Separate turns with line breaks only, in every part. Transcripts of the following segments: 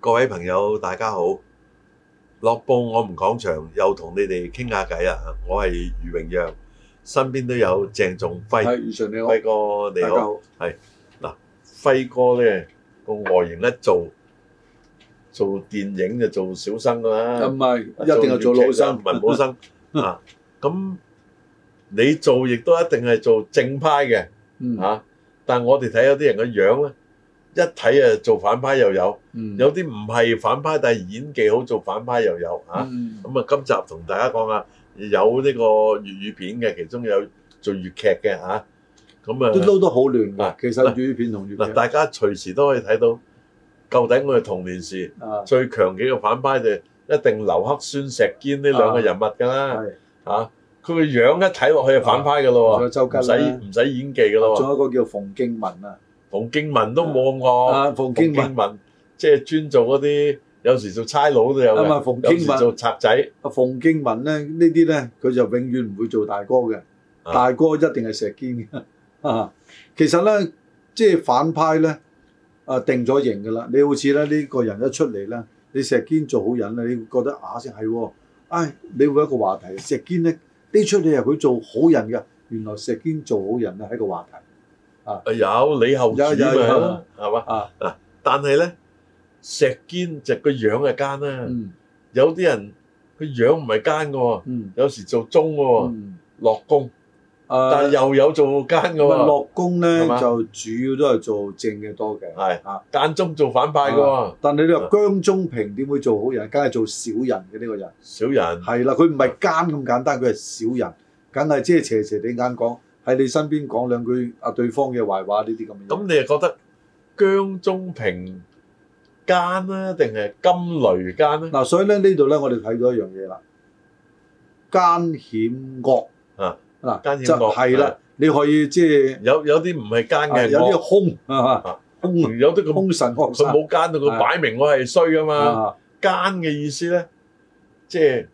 各位朋友，大家好！樂報我們講場，又同你哋傾下偈啦。我係余榮陽，身邊都有鄭仲輝，
係，余 Sir 你好，
輝哥你
大家
好。
好。
輝哥咧個外形一做做電影就做小生㗎
啊
啦
唔，係，一定係做老生，
文 武生啊。咁你做亦都一定係做正派嘅。
嗯
嚇、但係我哋睇有啲人嘅樣咧，一睇啊做反派又有，
嗯
有啲唔係反派，但係演技好做反派又有嚇。
嗯
咁啊，今集同大家講下有呢個粵語片嘅，其中有做粵劇嘅嚇。咁
嗯都
啊，
撈得好亂
嗱
㗎。其實
嗱
粵語片同粵
嗱，
劇
大家隨時都可以睇到，究竟我哋童年時
啊
最強幾個反派就一定劉克、孫石堅呢兩個人物㗎啦
係，
嚇。佢個樣一睇落去係反派㗎
仲
咯
有周
喎，
吉
唔
啦，
使唔使演技㗎咯喎
仲。有一個叫馮敬文啊，
馮敬文都冇咁惡，
啊馮敬文
文即係專做嗰啲，有時做差佬都有
啊嘛，
嘅，
馮
有
敬
時做
文
賊仔，
啊，馮敬文咧呢啲咧佢就永遠唔會做大哥嘅，
啊
大哥一定係石堅嘅。 啊，其實咧即係反派咧啊定咗型㗎啦。你好似咧呢個人一出嚟咧，你石堅做好人咧，你會覺得啊先係喎，唉你會有一個話題，石堅咧呢出戲係佢做好人㗎。原來石堅做好人咧係一個話題
啊有李後主
有有有
嘛，係嘛？
啊，
但係咧，石堅就個樣係奸啦，
嗯
有啲人個樣唔係奸嘅喎，
嗯
有時做忠嘅喎，
嗯，
落功，
啊
哦但係又有做奸嘅喎，
落工
係
咧
嘛
就主要都係做正嘅多嘅。
係
啊
間中做反派嘅喎，
但係你話姜中平點會做好人？梗係做小人嘅呢個人。
小人
係啦，佢唔係奸咁簡單，佢係小人，梗係即係斜斜地眼講，喺你身邊講兩句啊對方嘅壞話呢啲咁嘅嘢。
咁你又覺得姜中平奸啦，定係金雷奸咧？
嗱、所以咧呢度咧，我哋睇到一樣嘢啦，奸險惡
啊，
嗱、
奸險
就
惡
係啦，你可以即係
有有啲唔係奸
啊
嘅，
有
我
啲兇啊，兇
有啲咁
兇神惡
佢
煞
冇奸到，佢
啊
擺明我係衰噶嘛。
啊，
奸嘅意思咧，即係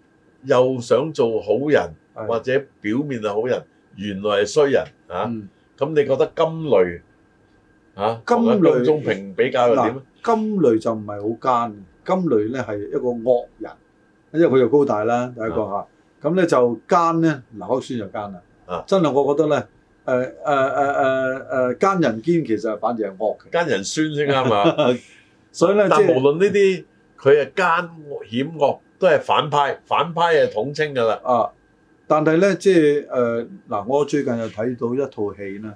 又想做好人，
係
或者表面係好人，原來係衰人啊。
嗯
咁你覺得金雷啊，
金
同阿
雷
姜中平比較又點啊咧？
金雷就唔係好奸，金雷咧係一個惡人，因為佢又高大啦，第一個嚇。咁咧就奸咧，劉克宣就奸啦。
啊
真係我覺得咧，誒誒誒誒誒奸人奸其實反而係惡嘅，
奸人孫先啱嘛。
所以 咧即
但無
係
論呢啲，佢係奸惡險惡，都係反派，反派係統稱㗎啦。
啊，但係咧即係誒嗱，我最近又睇到一套戲啦，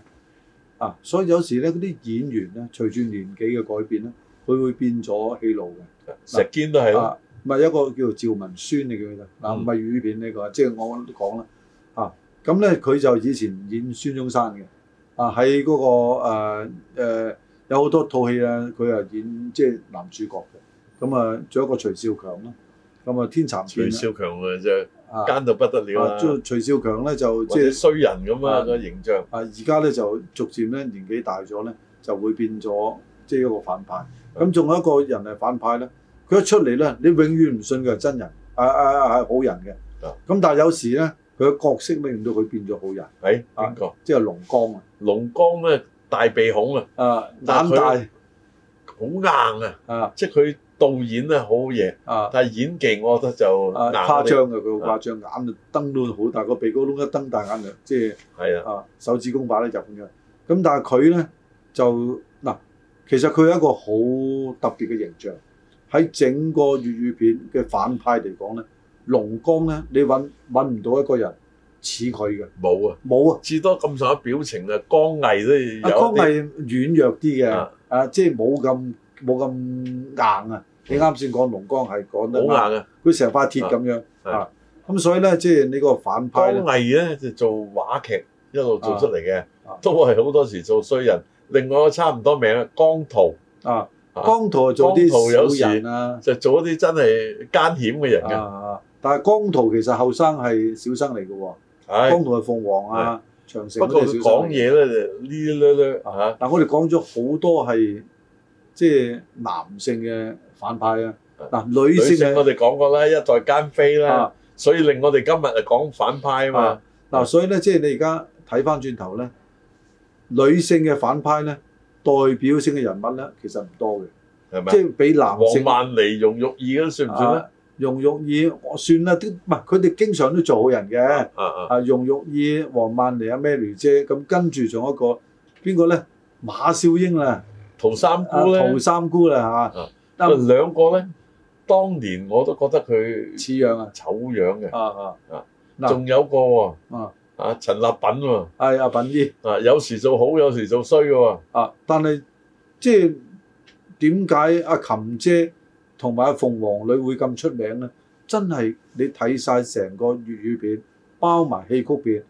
啊，所以有時咧嗰啲演員咧，隨住年紀嘅改變咧，佢會變咗戲路嘅。
石堅都係咯，
啊，唔係一個叫做趙文宣你記唔記得？嗱，
嗯
唔係粵語片呢個，即係我都講啦。啊，咁咧佢就以前演孫中山嘅，啊喺嗰、個誒、呃、有好多套戲啊，佢又演即係男主角嘅。咁啊，仲有一個徐少強啦，咁啊天蠶
徐
變啦
少強啊，就
啊
奸到不得了
啊，
啦，
即徐少強咧就
或
即
者
係
衰人咁啊
啊
個形象。
啊而家咧就逐漸咧年紀大咗咧，就會變咗即係一個反派。咁仲有一個人係反派咧，佢一出嚟咧，你永遠唔信佢係真人，啊啊啊係好人嘅。
啊
咁但係有時咧，佢嘅角色令到佢變咗好人，
係
啊
哎邊個？
即係龍江啊，
龍江咧大鼻孔啊，
啊
但係
眼
佢
大
好硬啊，
啊
即係佢導演咧好好嘢，
啊
但係演技我覺得就
啊
硬
誇
啲
張嘅，佢好誇張，眼就瞪到好大，個鼻哥窿一瞪大眼就即係。
係啊，
啊手指公擺咧入咁樣。咁但係佢咧就嗱，其實佢有一個好特別嘅形象喺整個粵語片嘅反派嚟講咧，龍江咧你揾揾唔到一個人似佢嘅，
冇啊，
冇啊！
至多咁上下表情啊，江毅都有一
阿啊江
啲
係軟弱啲嘅
啊，
啊即係冇咁冇咁硬啊！你啱先講龍江係講得啱，
好硬啊。
佢成塊鐵咁樣
係
啊，咁所以咧即係你個反派咧
江毅咧就做話劇一路做出嚟嘅
啊啊，
都係好多時做衰人。另外一個差唔多名啊，江圖
啊，
啊
江圖係做
江圖有
啲
時
小人啊。
就做一啲真係奸險嘅人嘅，
啊！但係江圖其實後生係小生嚟嘅喎，
唉。
江圖係鳳凰啊、長
不
城嗰
過
啲係小
佢
生
講
嚟嘅。
嘢咧就呢呢呢嚇，
嗱，我哋講咗好多係即係男性嘅反派啊，嗱女
女
性
性我
嘅
哋講過啦，一代奸妃啦，
啊
所以令我哋今日就講反派啊嘛
啊。嗱，所以咧即係你而家睇翻轉頭咧，女性嘅反派咧，代表性嘅人物咧其實唔多嘅。
係咪
即係俾男
黃
性啊
曼梨用玉意嗰啲算唔算咧？
用浴意，我算啦，都唔係佢哋經常都做好人嘅。
啊啊！
啊，用浴意、黃曼梨啊、Mary 姐，咁跟住仲有一個邊個咧？馬少英啦，
陶三
啊
姑咧，
陶三姑啦，嚇，
啊兩個咧，當年我都覺得佢
似樣啊，
醜樣嘅。
啊啊
啊
嗱
仲有個喎，
啊，
啊陳立品喎，
係阿品姨
啊有時做好，有時做衰嘅喎。
啊，但係即係點解阿琴姐同埋阿鳳凰女會咁出名咧？真係你睇晒成個粵語片，包埋戲曲片，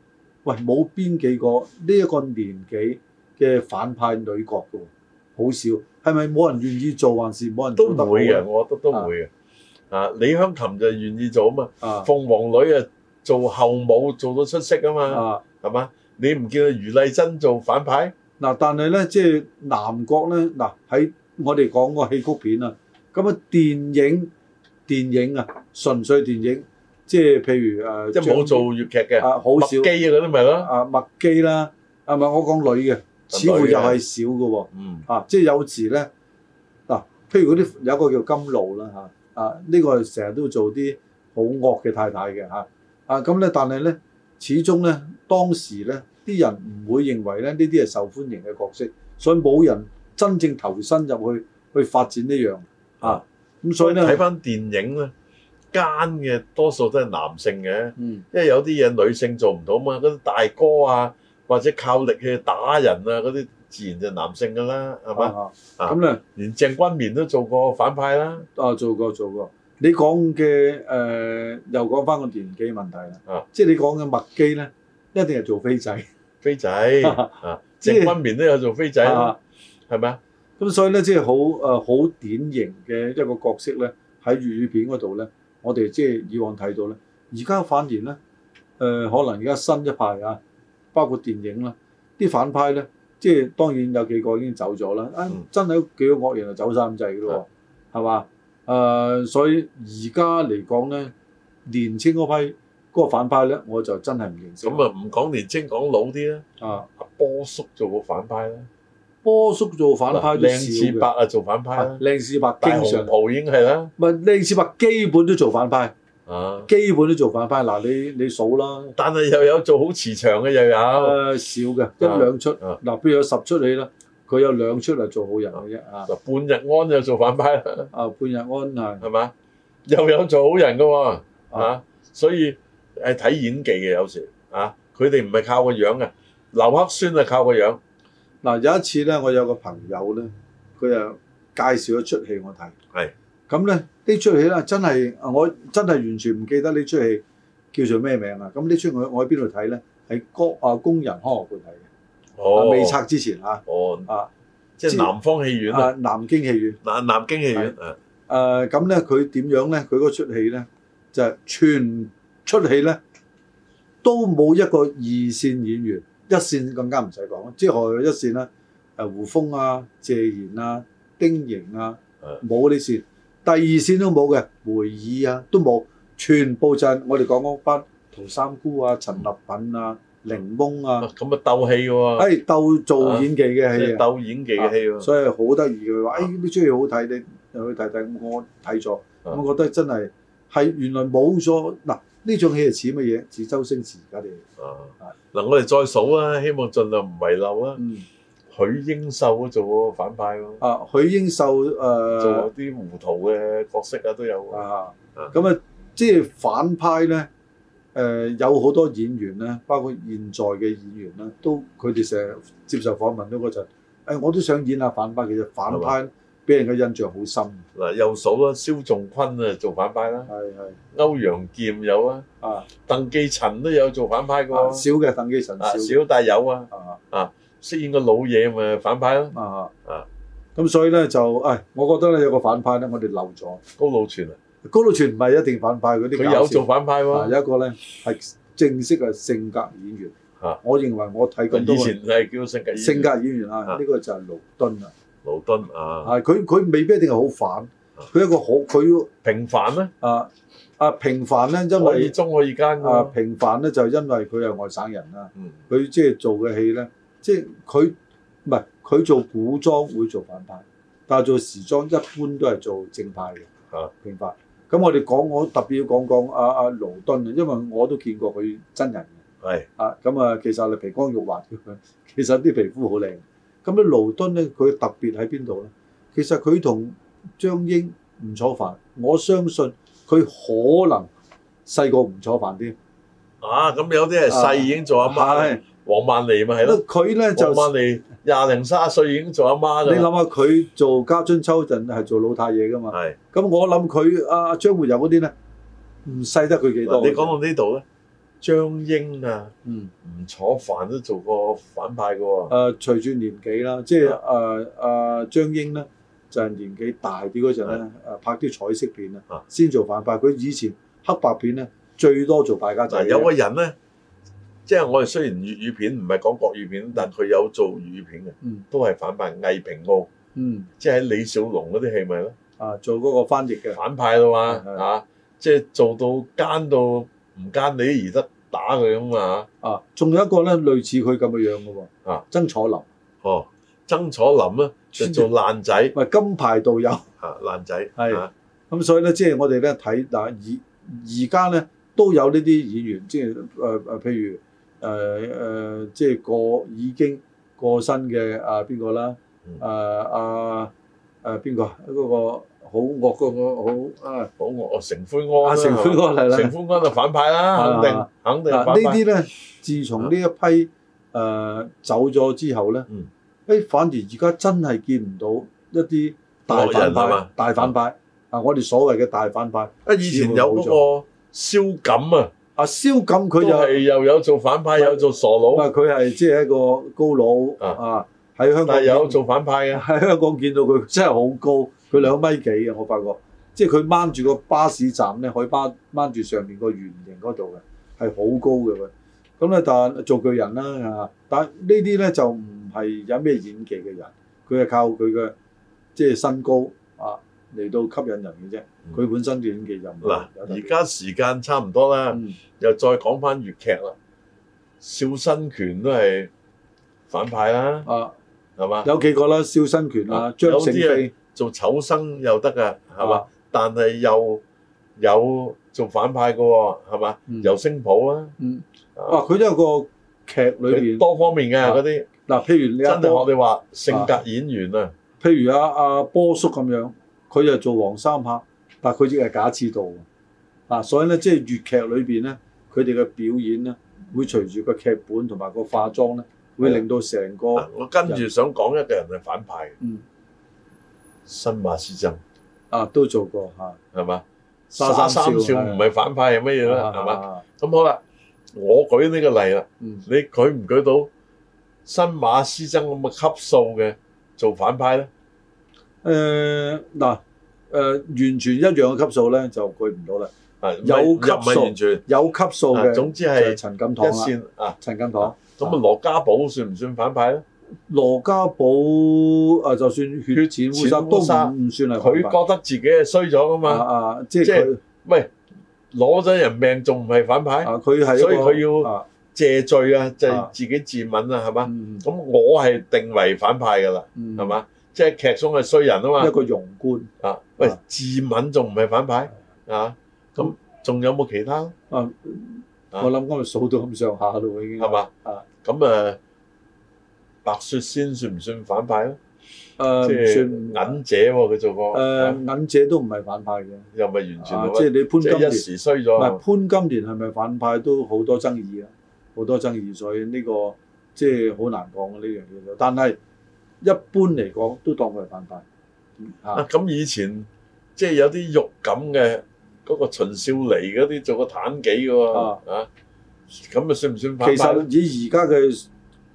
喂冇邊幾個呢一個年紀嘅反派女角嘅喎，好少。係咪冇人願意做，還是冇人
都
做得好
唔會
呢
嘅，我覺得都會嘅。啊，李香琴就願意做啊嘛，
啊
鳳凰女啊做後母做到出色啊嘛，
啊！
係嘛？你唔見到余麗珍做反派？
嗱，但係咧，即係南國咧，嗱喺我哋講個戲曲片啊，咁啊電影電影啊，純粹電影，即係譬如誒，
即係冇做粵劇嘅，
啊，好
麥
少
基啊嗰啲咪咯。
啊麥基啦，啊唔係我講女嘅，似乎
女嘅
又係少嘅喎。
嗯，
啊，即係有時咧，嗱、譬如嗰啲有一個叫金露啦嚇，啊呢、個成日都做啲好惡嘅太太嘅嚇，啊咁咧，但係咧，始終咧當時咧啲人唔會認為咧呢啲係受歡迎嘅角色，所以冇人真正投身入去去發展呢樣啊，咁所以
睇
咧，
翻電影咧，奸嘅多數都係男性嘅，
嗯
因為有啲嘢女性做唔到嘛，嗰啲大哥啊，或者靠力去打人啊，嗰啲自然就男性㗎啦，係嘛？
啊
啊
咁咧
連鄭君綿都做過反派啦，
啊做過做過，你講嘅誒又講翻個年紀問題啦，
啊
即係你講嘅麥基咧，一定係做飛仔。
飛 仔啊，鄭君綿都有做飛仔啦，係咪啊？
咁所以咧，即係好誒好典型嘅一個角色咧，喺粵語片嗰度咧，我哋即係以往睇到咧，而家反而咧誒、呃可能而家新一派啊，包括電影啦，啲反派咧，即係當然有幾個已經走咗啦，啊
嗯
真係有幾個惡人就走晒咁滯嘅咯喎，係嘛？誒、所以而家嚟講咧，年青嗰批嗰個反派咧，我就真係唔認識。
咁啊，唔講年青，講老啲啦。
啊，
阿波叔做過反派啦，
波叔做反派都少
靚次
嘅
伯，啊做反派
啊
啦，
靚士伯
大
經常
紅。袍已經係啦，
唔係靚次伯基本都做反派，
啊，
基本都做反派。嗱，你你數啦，
但係又有做好慈祥嘅又
誒、
有。
少嘅一兩出。
哦啊
嗱，譬如有十出戲啦，佢有兩出係做好人嘅啫。啊
嗱，半日安又做反派啦，
啊，半日安係
係嘛？又有做好人嘅喎、啊，
啊
所以係睇演技嘅有時啊，佢哋唔係靠個樣嘅，劉克宣係靠個樣，
嗱，有一次咧，我有個朋友咧，佢又介紹咗出戲我睇。
係
咁咧，呢出戲咧真係啊我真係完全唔記得呢出戲叫做咩名啦。啊咁呢出我我喺邊度睇咧？喺工啊工人康樂館睇嘅，啊
哦，
未拆之前啊
哦，
啊
即係南方戲院
啊
啊，
南京戲院。
南南京戲院啊，
誒咁咧，佢點樣咧？佢嗰出戲咧，就係、全出戲咧，都冇一個二線演員，一線更加唔使講。即係何有一線啦，誒胡楓啊、謝賢啊、丁瑩啊，
係
冇呢線。第二線都冇嘅，梅爾啊都冇，全部就係我哋講嗰班陶三姑啊、陳立品啊、檸檬
啊
啊，
咁啊鬥戲
誒、
喎，
鬥做演技嘅
即
戲
係
啊。
鬥演技嘅戲喎，
所以好得意嘅，佢話：，
嗯啊
誒呢出戲好睇，你又去睇睇。我睇咗，
啊
我覺得真係係原來冇咗嗱呢種戲係似乜嘢？似周星馳而家啲戲。
啊，嗱我哋再數啦，希望盡量唔遺漏啦。
嗯，
許英秀都做過反派喎，
啊，許英秀誒、
做過啲糊塗嘅角色啊都有喎，
啊
啊，
咁啊，即係反派咧，誒、有好多演員咧，包括現在嘅演員咧，都佢哋成日接受訪問都嗰陣，誒、我都想演下反派。其實反派俾人嘅印象好深，
嗱又數啦，蕭仲坤啊做反派啦，
係係
歐陽劍有啊。
啊，
鄧寄塵都有做反派嘅
啊
喎，
少嘅鄧寄塵
啊
少
少但係有啊，
啊。
飾演個老嘢咪反派咯，
啊
啊！
咁所以咧就誒、唉我覺得咧有個反派咧，我哋漏咗。
高老全啊，
高老全唔係一定反派嗰啲
佢
搞笑，
有做反派
啊
喎，
有一個咧係正式嘅性格演員。
啊
我認為我睇咁多
以
個
前係叫性格
性格演員啊，
啊
呢個就係盧敦啦。
勞敦啊，
啊，佢佢未必一定係好反，佢一個好佢
平凡咧，
啊啊平凡咧，因
可以
為
中可以奸
啊
嘅喎，
平凡咧就因為佢係外省人啦，
嗯
佢即係做嘅戲咧，即係佢唔係佢做古裝會做反派。但係做時裝一般都係做正派嘅，
啊
平派。咁我哋講，我特別要講講阿阿勞敦啊，因為我都見過佢真人嘅，
係
啊咁啊，其實係皮光肉滑嘅， 其實啲皮膚好靚。咁咧勞敦咧，佢特別喺邊度咧？其實佢同張英、吳楚帆，我相信佢可能細過吳楚帆啲。
啊，咁有啲係細已經做阿媽，
啊係，
黃曼梨咪係啊咯，
佢咧就
黃曼梨廿零三十歲已經做阿媽
你諗
㗎啦，
下佢做家春秋陣係做老太爺噶嘛？
係。
咁我諗佢阿張活游嗰啲咧，唔細得佢幾多。
嗱，你講到呢度咧，張英啊、
嗯
吳楚帆都做過反派㗎喎。
誒，嗯啊隨住年紀啦，即係誒誒張英咧，就係年紀大啲嗰陣咧，誒拍啲彩色片啊
啊，
先做反派。佢以前黑白片咧，最多做敗家仔
嗱，
嘅。
有個人咧，即係我哋雖然粵語片唔係講國語片，但佢有做粵語片嘅，
嗯
都係反派魏平澳，
嗯
即係喺李小龍嗰啲戲咪咯，
啊，做嗰個翻譯嘅，
反派啦嘛
係係
啊，即係做到奸到唔奸你而得打佢咁啊！
啊，仲有一個咧類似佢咁嘅樣嘅喎，
啊，
曾楚林，
哦，曾楚林咧就做爛仔
喂，金牌導遊。
啊，爛仔
係
啊
咁所以咧，即係我哋咧睇嗱，而而家咧都有呢啲演員，即係誒誒，譬如誒誒、呃即係過已經過身嘅啊邊個啦
嗯？
誒啊誒邊個啊嗰、個好惡嗰、個好啊
好惡哦成灰
阿
安啦
啊成
係嘛成
歡嗰個嚟啦。
灰安就反派啦，肯定
啊
肯定
嗱
係
呢
反派。
啲咧，自從呢一批誒、呃走咗之後咧，誒、
嗯
反而而家真係見唔到一啲大
惡人
反
係
派
嘛、
大反派啊！我哋所謂嘅大反派。
啊，以前有嗰個蕭錦啊，
啊，蕭錦
佢
佢就
又係又有做反派，有做傻佬
咁。啊，佢係即係一個高佬啊，喺香港
但係有
見
做反派嘅，
喺香港見到佢真係好高，佢兩米幾嘅，我發覺，即係佢掹住個巴士站咧，可以掹掹住上面個圓形嗰度嘅，係好高嘅佢。咁咧，但係做巨人啦啊，但係呢啲咧就唔係有咩演技嘅人，佢係靠佢嘅即係身高啊嚟到吸引人嘅啫，佢本身嘅演技就唔
嗯嗱，
有特
而
別
家時間差唔多啦，
嗯
又再講翻粵劇啦。邵新權都係反派啦，
啊
係嘛？
有幾個啦，蕭新權啊
啊，
張
有
成
啲啊
飛
做丑生又得噶，係嘛
啊？
但係又有做反派嘅喎，係嘛？
嗯
尤星普啦，
嗯，哇！
啊
佢都有個劇裏
佢
邊，
多方面嘅
啊
嗰啲，
嗱，譬如你阿
真係
波，
我哋話性格演員啊，
譬如阿阿波叔咁樣，佢就做黃三客，但佢亦係假刺道啊！所以咧，即係粵劇裏邊咧，佢哋嘅表演咧，會隨住個劇本同埋個化妝咧，會令到成個
啊我跟住想講一個人係反派嘅，
嗯
新馬師曾
啊都做過嚇，
係嘛？
沙
沙
三
三
少啊
少唔係反派係乜嘢啦？係嘛？
嘛？
咁好啦，我舉呢個例啦，
嗯
你舉唔舉到新馬師曾咁嘅級數嘅做反派咧？
誒嗱誒，完全一樣嘅級數咧，就佢唔到啦。
啊，
有
唔係
級
又唔係
數
完全
有級數
啊
嘅，
總之係
就陳錦
一
棠啦，
線啊。
陳錦棠。
咁啊，羅家寶算唔算反派咧？
羅家寶啊，就算血戰烏
血
沙
戰
都
烏沙
唔唔算係
佢
佢
覺得自己係衰咗噶
啊
嘛？
啊，即係
即係
佢
喂，攞咗人命仲唔係反派？
啊，佢係一個
所以佢要
啊
謝罪啊，就係
啊
自己自刎啊，係嘛？
嗯
咁我係定為反派㗎啦，
嗯
係嘛？即係劇中係衰人啊嘛
一。個庸官
啊，喂
啊，
自刎仲唔係反派啊？咁仲有冇其他
啊，
啊
我諗今日數到咁上下咯，已經
係嘛？
啊
咁啊，白雪仙算唔算反派咧？即
誒呃啊唔
係
算
銀姐喎，佢做過，啊
誒銀姐都唔係反派嘅，
又咪完全
啊
好
即係
啊
你潘
即
金
係一
蓮
時衰
唔係
咗。啊
潘金蓮係咪反派都好多爭議啊，好多爭議，所以呢個即係好難講嘅呢樣嘢。但係一般嚟講都當佢係反派啊
啊，咁以前即係有啲肉感嘅嗰個秦少妮嗰啲做過妲己嘅喎，啊，咁啊算唔算
其
反派呢？
實以而家嘅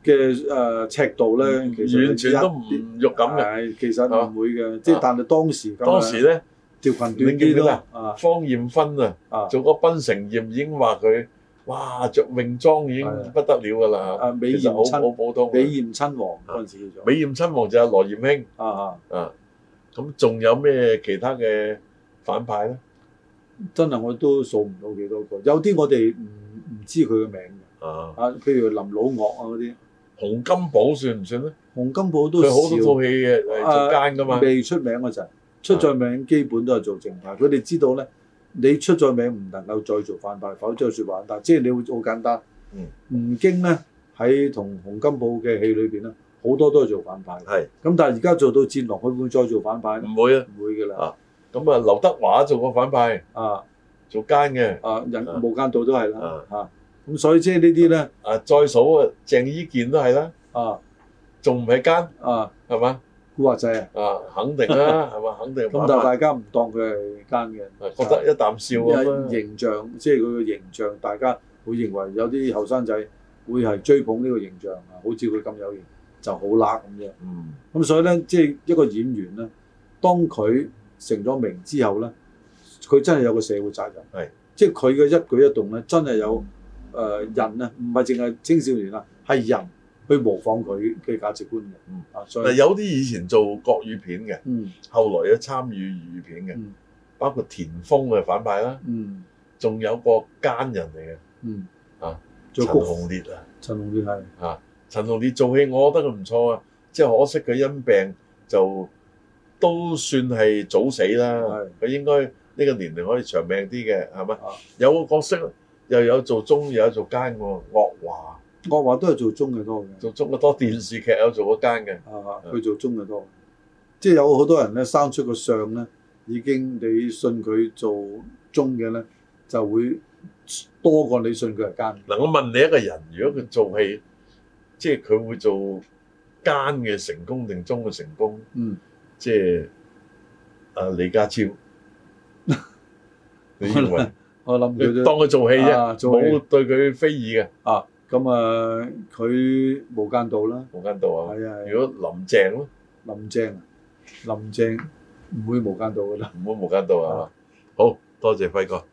嘅誒呃尺度咧，其實
嗯完全都唔肉感嘅。
嘅。其實唔會嘅，即係
啊
但係當時咁樣
當時咧，
條裙短
你記唔記
啲
得
咯
啊
啊
方豔芬啊。
啊
做個檳城宴已經話佢，哇！着泳裝已
係
經
啊
不得了㗎啦，
啊美
其實
豔
好好
親
普通嘅。啊
美豔親王嗰陣時叫做
美豔親王就係羅豔卿
啊啊，
啊，咁仲有咩其他嘅反派咧？
真係我都數唔到幾多個，有啲我哋唔唔知佢嘅名嘅
啊，
啊，譬如林老岳啊嗰啲
洪金寶算唔算咧？
洪金寶都
佢好多
少
套戲嘅係做奸噶嘛，
未出名嗰陣，出咗名基本都係做正派。佢哋知道咧，你出咗名唔能夠再做反派，否則説玩但即係你會好簡單。
嗯，
吳京咧喺同洪金寶嘅戲裏邊咧，好多都係做反派。
係
咁但係而家做到戰狼，佢會唔會再做反派咧？
唔會啊。
唔會㗎啦。
咁啊，劉德華做個反派，
啊
做奸嘅。
啊，人
啊
無間道都係啦。啊，咁所以即係呢啲咧，
啊，再數啊，鄭伊健都係啦，
啊
仲唔係 奸
啊，
係嘛？
古惑仔啊，
啊，肯定啦，係嘛？肯定
咁
玩
但
法
係大家唔當佢係奸嘅。
啊覺得一啖笑咁啦。
形象，即係佢嘅形象，大家會認為有啲後生仔會係追捧呢個形象啊，好似佢咁有型就好啦咁樣。
嗯，
咁所以咧，即係一個演員咧，當佢成咗名之後咧，佢真係有個社會責任，
係
即係佢嘅一舉一動咧，真係有誒、呃人啊，唔係淨係青少年啊，係人去模仿佢嘅價值觀嘅。
嗯
啊，所
嗱
以
有啲以前做國語片嘅，
嗯
後來有參與粵語片嘅，
嗯
包括田豐嘅反派啦，
嗯
仲有個奸人嚟嘅
嗯
啊，
做
陳
谷
紅烈啊。
陳紅烈係
陳同烈做戲，我覺得佢唔錯啊，即係可惜佢因病就都算係早死啦
係。
佢應該呢個年齡可以長命啲嘅，係咪
啊？
有個角色又有做中，又有做奸喎。岳華
我話都係做中嘅多嘅。
做中嘅多，電視劇有做過奸嘅。
啊，佢做中嘅多，即係有好多人咧生出個相咧，已經你信佢做中嘅咧，就會多過你信佢係奸嘅。
嗱，我問你一個人，如果佢做戲，即係佢會做奸嘅成功定中嘅成功？
嗯，
即係啊李家超，你認為？
我諗佢
你
都
當佢做戲啫。
啊做戲
冇對佢非議嘅，
啊，咁啊，佢無間道啦，
冇間道啊！
係啊，係
如果林鄭咯，
啊林鄭啊，林鄭唔會無間道㗎啦。
唔好冇間道啊！好多謝輝哥。